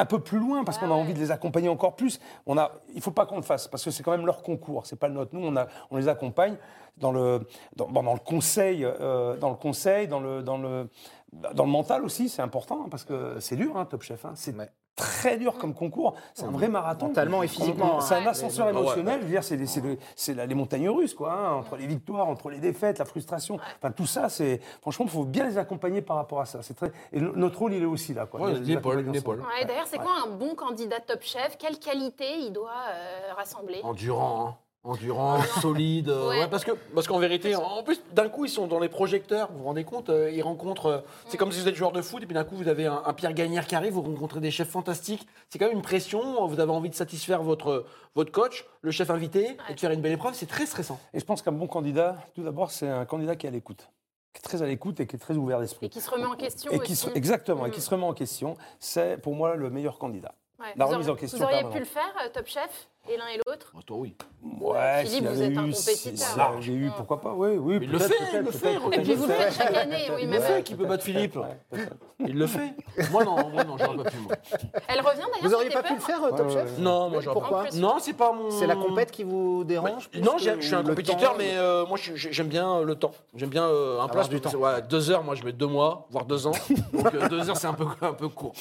Speaker 4: un peu plus loin parce qu'on a envie de les accompagner encore plus. On a, il ne faut pas qu'on le fasse parce que c'est quand même leur concours, c'est pas le nôtre. Nous, on, a, on les accompagne dans le, dans, bon, dans le conseil, euh, dans le conseil, dans le, dans le, Bah, dans le mental aussi. C'est important hein, parce que c'est dur, hein, Top Chef. hein. c'est
Speaker 3: Ouais. Mm.
Speaker 4: très dur comme concours. C'est un vrai marathon.
Speaker 3: Mentalement et physiquement,
Speaker 4: On- C'est
Speaker 6: hein.
Speaker 4: un ascenseur
Speaker 5: ouais.
Speaker 4: émotionnel. Je veux dire, c'est des- c'est le- c'est la- les montagnes russes, quoi. hein, entre les victoires, entre les défaites, la frustration. Enfin, tout ça, c'est franchement, il faut bien les accompagner par rapport à ça. C'est très. Et no- notre rôle, il est aussi là, quoi.
Speaker 5: Ouais,
Speaker 4: de les
Speaker 5: une épaule,
Speaker 4: accompagner
Speaker 5: une
Speaker 4: ensemble.
Speaker 5: épaule.
Speaker 6: Ouais, D'ailleurs, c'est quoi un bon candidat top chef Quelle qualité il doit euh, rassembler
Speaker 5: Endurant, hein. Endurant, solide. euh,
Speaker 6: Ouais.
Speaker 5: ouais, parce que parce qu'en vérité, en- en plus, d'un coup, ils sont dans les projecteurs, vous vous rendez compte, euh, ils rencontrent. euh, c'est comme si vous êtes joueur de foot, et puis d'un coup, vous avez un, un Pierre Gagnère qui arrive, vous rencontrez des chefs fantastiques. C'est quand même une pression, euh, vous avez envie de satisfaire votre, votre coach, le chef invité, et de faire une belle épreuve, c'est très stressant.
Speaker 4: Et je pense qu'un bon candidat, tout d'abord, c'est un candidat qui est à l'écoute, qui est très à l'écoute et qui est très ouvert
Speaker 6: Et
Speaker 4: d'esprit.
Speaker 6: qui se remet en question
Speaker 4: Et qui
Speaker 6: aussi.
Speaker 4: se- exactement, et
Speaker 6: Mm.
Speaker 4: qui se remet en question, c'est pour moi le meilleur candidat.
Speaker 6: Ouais.
Speaker 4: la
Speaker 6: Vous
Speaker 4: remise en
Speaker 6: auriez-
Speaker 4: question
Speaker 6: Vous auriez pu
Speaker 4: permanente.
Speaker 6: le faire, euh, top chef, et l'un et l'autre
Speaker 5: Oh, toi, oui.
Speaker 4: Ouais,
Speaker 6: Euh, Philippe,
Speaker 4: s'il
Speaker 6: vous
Speaker 4: avait
Speaker 6: êtes un
Speaker 4: eu- si-
Speaker 6: compétiteur.
Speaker 4: s'il avait eu, pourquoi pas Oui, oui.
Speaker 5: Il le
Speaker 4: peut-être,
Speaker 5: fait, il
Speaker 4: peut-être,
Speaker 5: le fait,
Speaker 4: peut-être,
Speaker 5: Roger.
Speaker 6: Et
Speaker 4: peut-être.
Speaker 6: puis vous le faites chaque année, oui,
Speaker 5: Il
Speaker 6: mais
Speaker 5: le
Speaker 6: même.
Speaker 5: fait qui peut battre Philippe.
Speaker 4: Ouais, peut-être.
Speaker 5: Il le fait. moi, non, moi, non, j'aurais pas pu, moi.
Speaker 6: Elle revient d'ailleurs
Speaker 3: Vous auriez
Speaker 6: c'était
Speaker 3: pas pu le faire, euh,
Speaker 4: Ouais,
Speaker 3: Top
Speaker 4: ouais,
Speaker 3: Chef
Speaker 4: ouais.
Speaker 5: Non, moi, j'aurais
Speaker 3: Pourquoi
Speaker 5: pas pu. Non, c'est pas mon.
Speaker 3: C'est la compète qui vous
Speaker 5: Ouais.
Speaker 3: dérange plus
Speaker 5: Bah, Non,
Speaker 3: que
Speaker 5: j'ai- je suis un
Speaker 3: le
Speaker 5: compétiteur,
Speaker 3: temps
Speaker 5: mais euh, moi je- je- j'aime bien euh, le temps. J'aime bien euh, un
Speaker 3: Avoir
Speaker 5: place
Speaker 3: du temps.
Speaker 5: Ouais, deux heures, moi je mets deux mois, voire deux ans. Donc euh, deux heures c'est un peu, un peu court.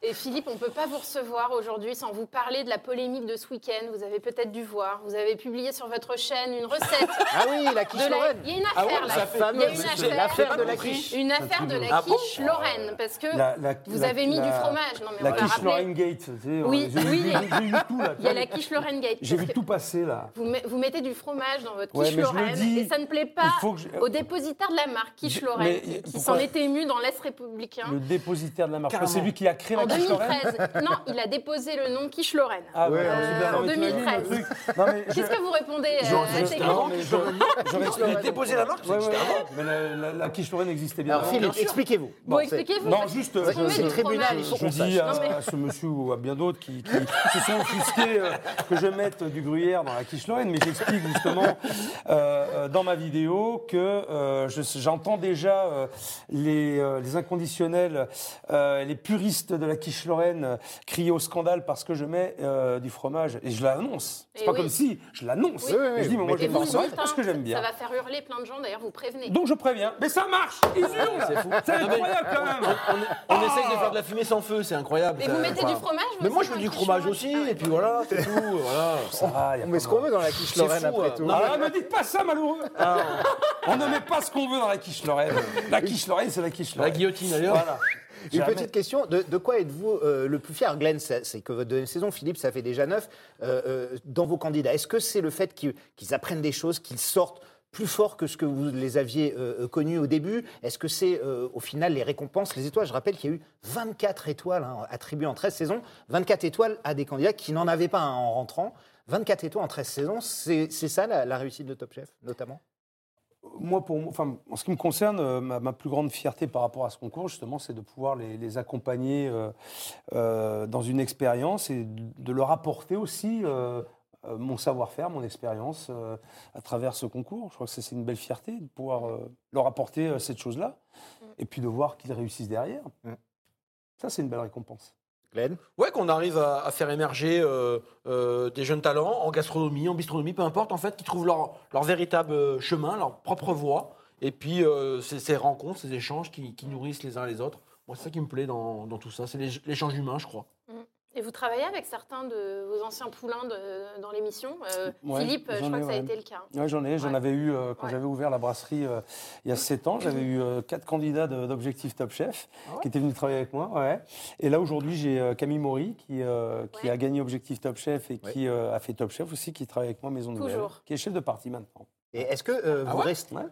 Speaker 6: Et Philippe, on ne peut pas vous recevoir aujourd'hui sans vous parler de la polémique de ce week-end. Vous avez peut-être dû voir. Vous avez publié sur votre chaîne une recette.
Speaker 3: Ah oui, la
Speaker 6: de
Speaker 3: quiche
Speaker 6: la...
Speaker 3: Lorraine
Speaker 6: Il y a une
Speaker 5: Ah ouais,
Speaker 6: affaire
Speaker 5: ça
Speaker 6: là.
Speaker 5: fait
Speaker 6: Il y a
Speaker 5: fameuse,
Speaker 6: une
Speaker 5: c'est-
Speaker 3: L'affaire de la
Speaker 5: compris.
Speaker 3: quiche
Speaker 6: Une affaire de la
Speaker 5: Ah bon
Speaker 6: quiche Lorraine, parce que
Speaker 4: La- la-
Speaker 6: vous
Speaker 4: la-
Speaker 6: avez mis
Speaker 4: la-
Speaker 6: du fromage. Non, mais
Speaker 4: La
Speaker 6: on l'a
Speaker 4: quiche
Speaker 6: rappelé.
Speaker 4: Lorraine Gate. tu sais, euh,
Speaker 6: Oui,
Speaker 4: j'ai-
Speaker 6: oui.
Speaker 4: j'ai- J'ai eu tout là.
Speaker 6: Il y a la quiche Lorraine Gate.
Speaker 4: J'ai
Speaker 6: parce
Speaker 4: vu
Speaker 6: que
Speaker 4: tout passer là.
Speaker 6: Vous, met- vous mettez du fromage dans votre
Speaker 4: Ouais,
Speaker 6: quiche
Speaker 4: mais je le
Speaker 6: Lorraine
Speaker 4: dis,
Speaker 6: et ça ne plaît pas
Speaker 4: Il faut que je-
Speaker 6: au dépositaire de la marque quiche
Speaker 4: Je- mais
Speaker 6: Lorraine qui, qui
Speaker 4: pourquoi-
Speaker 6: s'en était ému dans l'Est républicain
Speaker 4: Le dépositaire de la marque.
Speaker 5: Carrément.
Speaker 4: C'est lui qui a créé la
Speaker 6: en
Speaker 4: quiche Lorraine.
Speaker 6: 2013. non, il a déposé le nom quiche Lorraine.
Speaker 4: Ah ouais,
Speaker 3: Euh,
Speaker 4: alors, j'ai bien-
Speaker 6: en
Speaker 4: non, mais t'imagines le
Speaker 6: 2013.
Speaker 4: truc Non, mais je-
Speaker 6: Qu'est-ce que vous répondez euh,
Speaker 5: Genre,
Speaker 6: à ces
Speaker 5: juste
Speaker 4: Non,
Speaker 6: questions
Speaker 5: avant,
Speaker 4: mais
Speaker 5: je-
Speaker 4: je-
Speaker 5: Il a déposé la marque,
Speaker 4: Ouais,
Speaker 5: c'est-
Speaker 4: ouais, ouais. Mais la, la- la quiche Lorraine existait bien.
Speaker 3: Alors
Speaker 4: avant.
Speaker 3: Philippe, expliquez-vous.
Speaker 6: Bon,
Speaker 3: c'est-
Speaker 6: expliquez-vous.
Speaker 4: Non,
Speaker 6: parce-
Speaker 4: juste, euh,
Speaker 6: parce
Speaker 4: je-
Speaker 6: qu'on met
Speaker 4: je-
Speaker 6: du
Speaker 4: je-
Speaker 6: fromage.
Speaker 3: il faut
Speaker 4: Je
Speaker 3: qu'on sache.
Speaker 4: dis à,
Speaker 6: Non, mais-
Speaker 4: à ce monsieur ou à bien d'autres qui, qui se sont offusqués euh, que je mette du gruyère dans la quiche Lorraine, mais j'explique justement euh, euh, dans ma vidéo que euh, je- j'entends déjà euh, les, euh, les inconditionnels, euh, les puristes de la quiche Lorraine euh, crier au scandale parce que je mets euh, du fromage et je l'annonce.
Speaker 6: Et
Speaker 4: C'est pas
Speaker 6: Eh oui.
Speaker 4: comme si, je l'annonce.
Speaker 6: Oui.
Speaker 4: Et Je dis, mais moi
Speaker 3: Et
Speaker 4: je mets du
Speaker 6: Et vous
Speaker 3: forcément,
Speaker 4: fromage
Speaker 6: dites,
Speaker 4: parce
Speaker 6: hein,
Speaker 4: que j'aime bien.
Speaker 6: Ça va faire hurler plein de gens, d'ailleurs, vous prévenez.
Speaker 4: Donc je préviens, mais ça marche Ils hurlent
Speaker 5: c'est fou.
Speaker 4: C'est
Speaker 5: Non, mais-
Speaker 4: incroyable quand même
Speaker 5: On, on essaye de faire de la fumée sans feu, c'est incroyable.
Speaker 6: Oh. Et
Speaker 5: ça-
Speaker 4: euh,
Speaker 6: vous mettez
Speaker 5: enfin,
Speaker 6: du fromage vous
Speaker 5: Mais moi
Speaker 6: aussi,
Speaker 5: je mets
Speaker 6: dans
Speaker 5: du
Speaker 6: la
Speaker 5: fromage
Speaker 6: quiche
Speaker 5: aussi,
Speaker 6: Lorraine Ah
Speaker 5: et
Speaker 6: ouais.
Speaker 5: puis voilà, c'est tout. Voilà.
Speaker 4: Ah, y a
Speaker 3: On
Speaker 4: pas
Speaker 3: met ce qu'on veut dans la quiche
Speaker 5: C'est
Speaker 3: Lorraine
Speaker 5: fou,
Speaker 3: après
Speaker 5: hein.
Speaker 3: tout.
Speaker 5: Non,
Speaker 4: Ah, ne dites pas ça, malheureux Ah. On ne met pas ce qu'on veut dans la quiche Lorraine. La quiche Lorraine, c'est la quiche
Speaker 5: La
Speaker 3: Bah,
Speaker 4: Lorraine.
Speaker 5: guillotine d'ailleurs.
Speaker 4: Voilà.
Speaker 3: Une
Speaker 4: Jamais.
Speaker 3: petite question, de, de quoi êtes-vous euh, le plus fier Glenn, c'est c'est que votre deuxième saison, Philippe, ça fait déjà neuf, euh, euh, dans vos candidats. Est-ce que c'est le fait qu'ils qu'ils apprennent des choses, qu'ils sortent plus fort que ce que vous les aviez euh, euh, connus au début Est-ce que c'est euh, au final les récompenses, les étoiles Je rappelle qu'il y a eu 24 étoiles hein, attribuées en 13 saisons, 24 étoiles à des candidats qui n'en avaient pas hein, en rentrant. 24 étoiles en 13 saisons, c'est c'est ça la, la réussite de Top Chef, notamment
Speaker 4: Moi, pour, moi, enfin, en ce qui me concerne, euh, ma, ma plus grande fierté par rapport à ce concours, justement, c'est de pouvoir les, les accompagner euh, euh, dans une expérience et de leur apporter aussi euh, euh, mon savoir-faire, mon expérience euh, à travers ce concours. Je crois que ça, c'est une belle fierté de pouvoir euh, leur apporter euh, cette chose-là et puis de voir qu'ils réussissent derrière.
Speaker 3: Mm.
Speaker 4: Ça, c'est une belle récompense.
Speaker 3: Glenn
Speaker 5: Ouais, qu'on arrive à, à faire émerger euh, euh, des jeunes talents en gastronomie, en bistronomie, peu importe, en fait, qui trouvent leur, leur véritable euh, chemin, leur propre voie. Et puis, euh, c'est ces rencontres, ces échanges qui, qui nourrissent les uns les autres. Moi, c'est ça qui me plaît dans, dans tout ça, c'est l'éch- l'échange humain, je crois.
Speaker 6: vous travaillez avec certains de vos anciens poulains de- dans l'émission. Euh,
Speaker 4: Ouais,
Speaker 6: Philippe, je
Speaker 4: j'en
Speaker 6: crois
Speaker 4: ai,
Speaker 6: que ça a
Speaker 4: ouais.
Speaker 6: été le cas. hein.
Speaker 4: Ouais, j'en ai, j'en
Speaker 6: Ouais.
Speaker 4: avais eu euh, quand
Speaker 6: Ouais.
Speaker 4: j'avais ouvert la brasserie euh, il y a 7 ans. J'avais eu euh, quatre candidats de- d'objectif Top Chef qui étaient venus travailler avec moi. ouais. Et là aujourd'hui, j'ai euh, Camille Maury qui, euh, qui
Speaker 6: Ouais.
Speaker 4: a gagné objectif Top Chef et qui euh, a fait Top Chef aussi, qui travaille avec moi Maison Nouvelle,
Speaker 6: Toujours.
Speaker 4: qui est chef de parti maintenant.
Speaker 3: Et est-ce que, euh,
Speaker 5: Ah
Speaker 3: vous
Speaker 5: ouais
Speaker 3: restez,
Speaker 4: Ouais.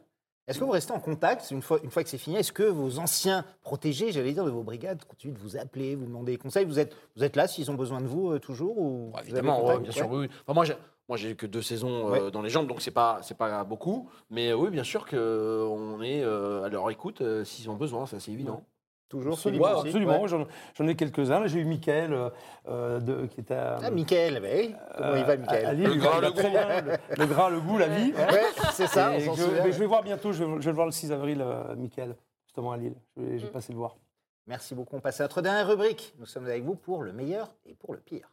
Speaker 3: est-ce que vous restez en contact une fois, une fois que c'est fini Est-ce que vos anciens protégés, j'allais dire, de vos brigades, continuent de vous appeler, vous demander des conseils vous êtes, vous êtes là s'ils ont besoin de vous euh, toujours ou vous
Speaker 4: Bah,
Speaker 5: Bon,
Speaker 3: avez
Speaker 5: évidemment,
Speaker 3: contact
Speaker 5: ouais, bien sûr. oui, oui. Enfin, moi, j'ai, moi, j'ai eu que deux saisons euh, dans les jambes, donc c'est pas, c'est pas beaucoup. Mais euh, oui, bien sûr qu'on est euh, à leur écoute euh, s'ils ont besoin, ça c'est évident.
Speaker 3: Toujours
Speaker 4: Absolument,
Speaker 3: Philippe aussi,
Speaker 4: absolument.
Speaker 3: ouais.
Speaker 4: J'en- J'en ai quelques-uns. Là, J'ai eu Michael euh, euh, de- qui était à,
Speaker 3: Ah, Mickaël, bah oui. comment il
Speaker 4: euh,
Speaker 3: va,
Speaker 4: à- à
Speaker 3: Mickaël
Speaker 4: Lille.
Speaker 5: Le
Speaker 4: Il
Speaker 5: gras,
Speaker 4: va
Speaker 5: le
Speaker 4: très
Speaker 5: goût.
Speaker 4: bien, le, le gras, le goût, la vie. hein.
Speaker 3: Ouais, c'est ça, on
Speaker 4: Et
Speaker 3: s'en
Speaker 4: je,
Speaker 3: souvient,
Speaker 4: mais
Speaker 3: ouais.
Speaker 4: je vais voir bientôt, je vais, je vais le voir le 6 avril, euh, Michael, justement à Lille. Je vais, je vais
Speaker 6: Mm.
Speaker 4: passer le voir.
Speaker 3: Merci beaucoup. On passe à notre dernière rubrique. Nous sommes avec vous pour le meilleur et pour le pire.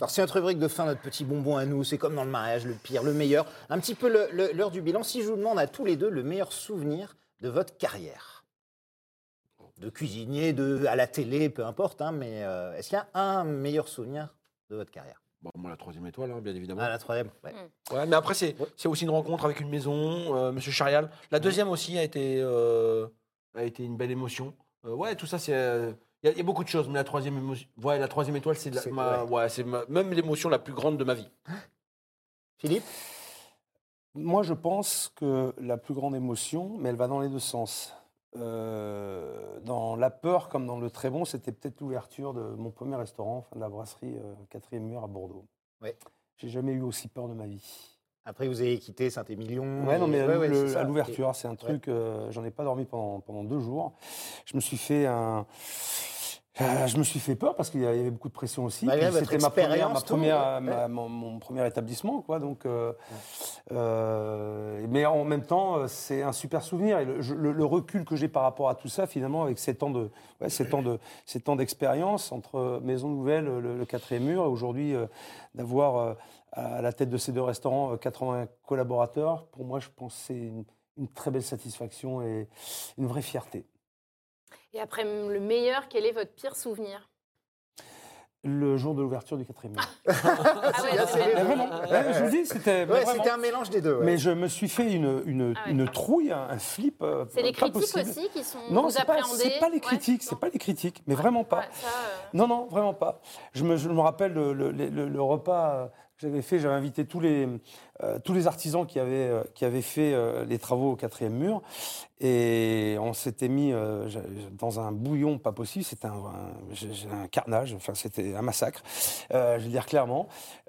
Speaker 3: Alors, c'est notre rubrique de fin, notre petit bonbon à nous. C'est comme dans le mariage, le pire, le meilleur. Un petit peu le- le- l'heure du bilan. Si je vous demande à tous les deux le meilleur souvenir de votre carrière, de cuisinier, de, à la télé, peu importe, hein, mais euh, est-ce qu'il y a un meilleur souvenir de votre carrière
Speaker 5: Bon, moi, la troisième étoile, hein, bien évidemment.
Speaker 3: Ah, la troisième. ouais.
Speaker 5: Ouais, mais après, c'est, c'est aussi une rencontre avec une maison, euh, Monsieur Charial. La deuxième aussi a été, euh, a été une belle émotion. Euh, ouais, tout ça, c'est. euh, Il y a- il y, a beaucoup de choses, mais la troisième, émotion- ouais, la troisième étoile, c'est, la-
Speaker 3: C'est-
Speaker 5: ma- ouais, c'est ma- même l'émotion la plus grande de ma vie.
Speaker 3: Philippe
Speaker 4: Moi, je pense que la plus grande émotion, mais elle va dans les deux sens. Euh, dans la peur comme dans le très bon, c'était peut-être l'ouverture de mon premier restaurant, enfin, de la brasserie euh, Quatrième Mur à Bordeaux.
Speaker 3: Ouais.
Speaker 4: J'ai jamais eu aussi peur de ma vie.
Speaker 3: Après, vous avez quitté Saint-Émilion.
Speaker 4: Ouais, non, mais
Speaker 3: Euh, Ouais, ouais,
Speaker 4: le-
Speaker 3: c'est ça.
Speaker 4: à l'ouverture, c'est un truc, euh, j'en ai pas dormi pendant, pendant deux jours. Je me suis fait un. euh, je me suis fait peur parce qu'il y avait beaucoup de pression aussi.
Speaker 3: Malgré
Speaker 4: Puis
Speaker 3: votre
Speaker 4: C'était ma première, ma
Speaker 3: expérience, tout,
Speaker 4: première,
Speaker 3: ouais.
Speaker 4: euh, ma- mon, mon premier établissement, quoi. Donc, euh, euh, mais en même temps, euh, c'est un super souvenir. Et le, je- le- le recul que j'ai par rapport à tout ça, finalement, avec sept ans de, ouais, sept ans de, sept ans d'expérience entre euh, Maison Nouvelle, le, le quatrième mur, et aujourd'hui euh, d'avoir euh, à la tête de ces deux restaurants euh, 80 collaborateurs, pour moi, je pense que c'est une, une très belle satisfaction et une vraie fierté.
Speaker 6: Et après, le meilleur, quel est votre pire souvenir
Speaker 4: Le jour de l'ouverture du quatrième mur.
Speaker 6: Ah ouais,
Speaker 3: là,
Speaker 6: non,
Speaker 3: c'est
Speaker 6: mais-
Speaker 3: les-
Speaker 4: Mais vraiment, ouais, je vous dis, c'était
Speaker 3: Ah,
Speaker 4: mais
Speaker 3: Ouais,
Speaker 4: vraiment.
Speaker 3: c'était un mélange des deux. ouais.
Speaker 4: Mais je me suis fait une, une,
Speaker 6: Ah ouais.
Speaker 4: une trouille, un un flip. euh,
Speaker 6: C'est les
Speaker 4: pas
Speaker 6: critiques
Speaker 4: possible.
Speaker 6: aussi qui sont
Speaker 4: Non,
Speaker 6: vous
Speaker 4: c'est pas,
Speaker 6: appréhendez
Speaker 4: c'est pas les
Speaker 6: Ouais,
Speaker 4: critiques,
Speaker 6: non.
Speaker 4: c'est pas les critiques, mais vraiment pas.
Speaker 6: Ouais, ça, euh,
Speaker 4: Non, non, vraiment pas. Je me, je me rappelle le, le- le- le repas euh, que j'avais fait, j'avais invité tous les, euh, tous les artisans qui avaient, euh, qui avaient fait euh, les travaux au quatrième mur, et on s'était mis euh, j'a- dans un bouillon pas possible, c'était un, un- j'ai- j'ai un carnage, enfin c'était un massacre, euh, je veux dire clairement.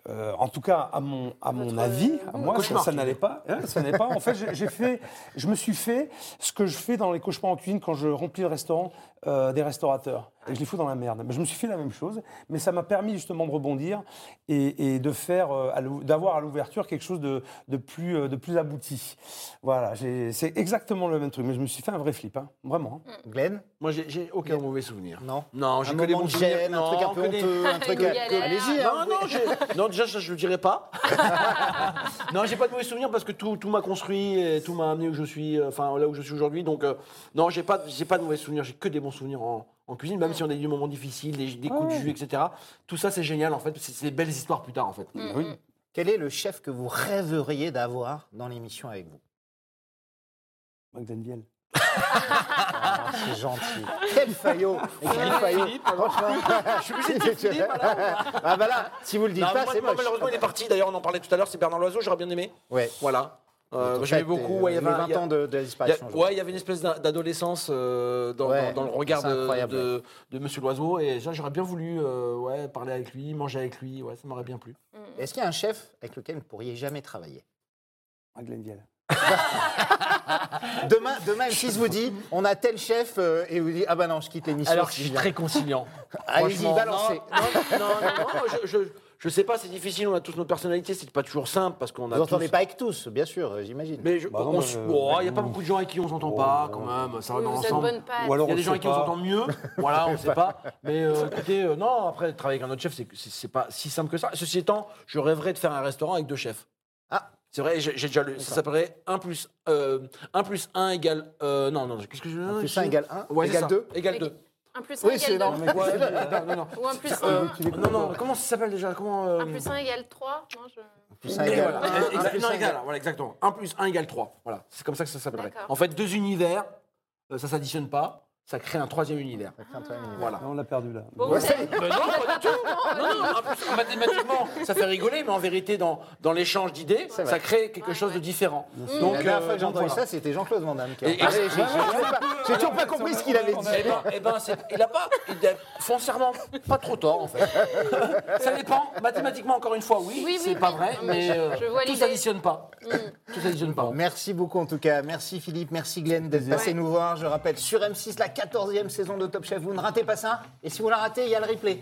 Speaker 4: Euh, en tout cas, à mon, à mon
Speaker 6: Votre,
Speaker 4: avis,
Speaker 6: euh,
Speaker 4: à moi, ça,
Speaker 5: cauchemar,
Speaker 4: ça
Speaker 5: tu
Speaker 4: n'allait pas. hein, ça n'allait pas. En fait, j'ai- j'ai fait, je me suis fait ce que je fais dans les cauchemars en cuisine quand je remplis le restaurant euh, des restaurateurs. Et je les fous dans la merde. Mais Je me suis fait la même chose, mais ça m'a permis justement de rebondir et, et de faire, euh, à l'ou- d'avoir à l'ouverture quelque chose de, de plus, euh, de plus abouti. Voilà, j'ai- c'est exactement le même truc. Mais je me suis fait un vrai flip, hein, vraiment. hein.
Speaker 3: Glenn
Speaker 5: Moi, j'ai, j'ai aucun mauvais souvenir.
Speaker 3: Non.
Speaker 5: Non, j'ai
Speaker 3: Un
Speaker 5: que des
Speaker 3: moment
Speaker 5: bons
Speaker 3: de
Speaker 5: souvenirs.
Speaker 3: gêne, un
Speaker 5: Non,
Speaker 3: truc un peu
Speaker 5: que des-
Speaker 3: honteux, un truc
Speaker 6: Une
Speaker 3: à-
Speaker 6: galère.
Speaker 3: Allez-y, hein,
Speaker 5: Non, non, j'ai- non, déjà, ça, je ne le dirai pas. non, j'ai pas de mauvais souvenirs parce que tout, tout m'a construit et tout m'a amené où je suis, euh, enfin là où je suis aujourd'hui. Donc, euh, non, j'ai pas, j'ai pas de mauvais souvenirs, j'ai que des bons souvenirs en, en cuisine, même si on a eu des moments difficiles, des, des coups de jus, etc. Tout ça, c'est génial en fait, c'est c'est des belles histoires plus tard en fait.
Speaker 6: mm,
Speaker 3: Quel est le chef que vous rêveriez d'avoir dans l'émission avec vous
Speaker 5: Mm.
Speaker 4: Mac Denbiel.
Speaker 3: Ah, C'est gentil. Quel faillot Et quel faillot
Speaker 5: Philippe, alors. Je suis obligé de dire Philippe, alors.
Speaker 3: Ah bah là, si vous le dites
Speaker 5: Non,
Speaker 3: pas,
Speaker 5: moi,
Speaker 3: c'est
Speaker 5: moi,
Speaker 3: moche.
Speaker 5: malheureusement, il est parti. D'ailleurs, on en parlait tout à l'heure, c'est Bernard Loiseau, j'aurais bien aimé.
Speaker 3: Ouais.
Speaker 5: Voilà. Euh,
Speaker 3: Donc, en
Speaker 5: J'aimais
Speaker 3: fait,
Speaker 5: beaucoup.
Speaker 3: euh,
Speaker 5: ouais, il y
Speaker 3: les
Speaker 5: avait un-
Speaker 3: 20 ans de, de la
Speaker 5: Il y a-
Speaker 3: disparition.
Speaker 5: ouais, il y avait une espèce d'a- d'adolescence euh, dans,
Speaker 3: Ouais,
Speaker 5: dans- dans le regard
Speaker 3: c'est
Speaker 5: de,
Speaker 3: incroyable,
Speaker 5: de, de Monsieur Loiseau. Et ça, j'aurais bien voulu euh, ouais, parler avec lui, manger avec lui. Ouais, ça m'aurait bien plu.
Speaker 6: mm,
Speaker 3: Est-ce qu'il y a un chef avec lequel vous ne pourriez jamais travailler
Speaker 4: Mac Denbiel.
Speaker 3: Demain, demain M6 vous dit on a tel chef euh, et vous dit ah bah non, je quitte l'émission.
Speaker 5: Alors,
Speaker 3: si
Speaker 5: je suis
Speaker 3: viens.
Speaker 5: très conciliant.
Speaker 3: Allez-y,
Speaker 5: Franchement,
Speaker 3: balancez.
Speaker 5: Non, non, non, non, non, je, je, je sais pas, c'est difficile. On a tous nos personnalités. C'est pas toujours simple parce qu'on
Speaker 3: Vous
Speaker 5: a. tous-
Speaker 3: n'entendez pas avec tous, bien sûr, euh, j'imagine.
Speaker 5: Mais je-
Speaker 4: Bah non,
Speaker 5: on s-
Speaker 4: mais,
Speaker 5: oh,
Speaker 4: euh,
Speaker 5: il n'y a pas beaucoup de gens avec qui on
Speaker 3: Oh,
Speaker 5: s'entend
Speaker 3: bah
Speaker 5: pas, quand même. Ça va
Speaker 6: oui,
Speaker 5: dans
Speaker 6: vous êtes
Speaker 5: l'ensemble.
Speaker 6: bonne patte.
Speaker 4: Ou alors-
Speaker 5: Il Ah, y a
Speaker 4: on
Speaker 5: des gens
Speaker 4: sait
Speaker 5: avec qui on
Speaker 4: pas.
Speaker 5: s'entend mieux, voilà, on ne sait pas. Mais euh, écoutez, euh, non, après, travailler avec un autre chef, c'est- c'est c'est pas si simple que ça. Ceci étant, je rêverais de faire un restaurant avec deux chefs.
Speaker 3: Ah,
Speaker 5: C'est vrai, j'ai j'ai déjà lu. Ça s'appellerait 1 plus, euh, 1 plus 1 égale. euh, non, non, qu'est-ce que je.
Speaker 3: Un plus 1 égale 1,
Speaker 5: Ouais, c'est
Speaker 3: égale
Speaker 5: ça.
Speaker 3: 2.
Speaker 5: Égale 2.
Speaker 6: Un plus 1
Speaker 3: Oui, c'est
Speaker 6: égale
Speaker 3: énorme.
Speaker 6: 2.
Speaker 5: Ouais, euh, non, non,
Speaker 6: Ou un plus
Speaker 5: non. Euh,
Speaker 6: 1.
Speaker 5: non, non, comment ça s'appelle déjà Comment. euh,
Speaker 6: 1 plus 1 égale 3. Non, je...
Speaker 3: Plus 1
Speaker 5: Et
Speaker 3: égale
Speaker 5: voilà,
Speaker 3: 1.
Speaker 5: exa- non, égal, voilà, exactement. 1 plus 1 égale 3. Voilà, c'est comme ça que ça s'appellerait.
Speaker 6: D'accord.
Speaker 5: En fait, deux univers, euh, ça s'additionne pas, ça crée un troisième univers. Voilà.
Speaker 4: Non, Ah, on l'a perdu là.
Speaker 6: Bon,
Speaker 3: Ouais,
Speaker 6: vous
Speaker 3: ça-
Speaker 6: êtes-
Speaker 5: Mais Euh, non, pas du tout. Non, non, en plus, mathématiquement, ça fait rigoler, mais en vérité, dans, dans l'échange d'idées,
Speaker 3: C'est vrai.
Speaker 5: ça crée quelque
Speaker 6: Ouais,
Speaker 5: chose de
Speaker 6: ouais.
Speaker 5: différent.
Speaker 3: Donc, la
Speaker 5: euh,
Speaker 3: dernière fois que j'ai
Speaker 5: donc,
Speaker 3: entendu
Speaker 5: voilà.
Speaker 3: ça, c'était Jean-Claude Van Damme qui a
Speaker 5: Et- et-
Speaker 3: parlé. J'ai- j'ai- j'ai pas- J'ai toujours pas compris ce qu'il avait dit.
Speaker 5: Eh ben, eh ben, c'est- il a pas, il a foncièrement pas trop tort en fait. ça dépend. Mathématiquement, encore une fois, oui,
Speaker 6: Oui, oui,
Speaker 5: c'est pas
Speaker 6: oui.
Speaker 5: vrai,
Speaker 6: Non, mais
Speaker 5: mais
Speaker 6: je-
Speaker 5: euh,
Speaker 6: je vois
Speaker 5: tout
Speaker 6: l'idée. Mm.
Speaker 5: s'additionne pas. Tout s'additionne pas.
Speaker 3: Merci beaucoup en tout cas. Merci Philippe, merci Glenn d'être passé nous voir. Je rappelle, sur M6, la 14e saison de Top Chef, vous ne ratez pas ça. Et si vous la ratez, il y a le replay.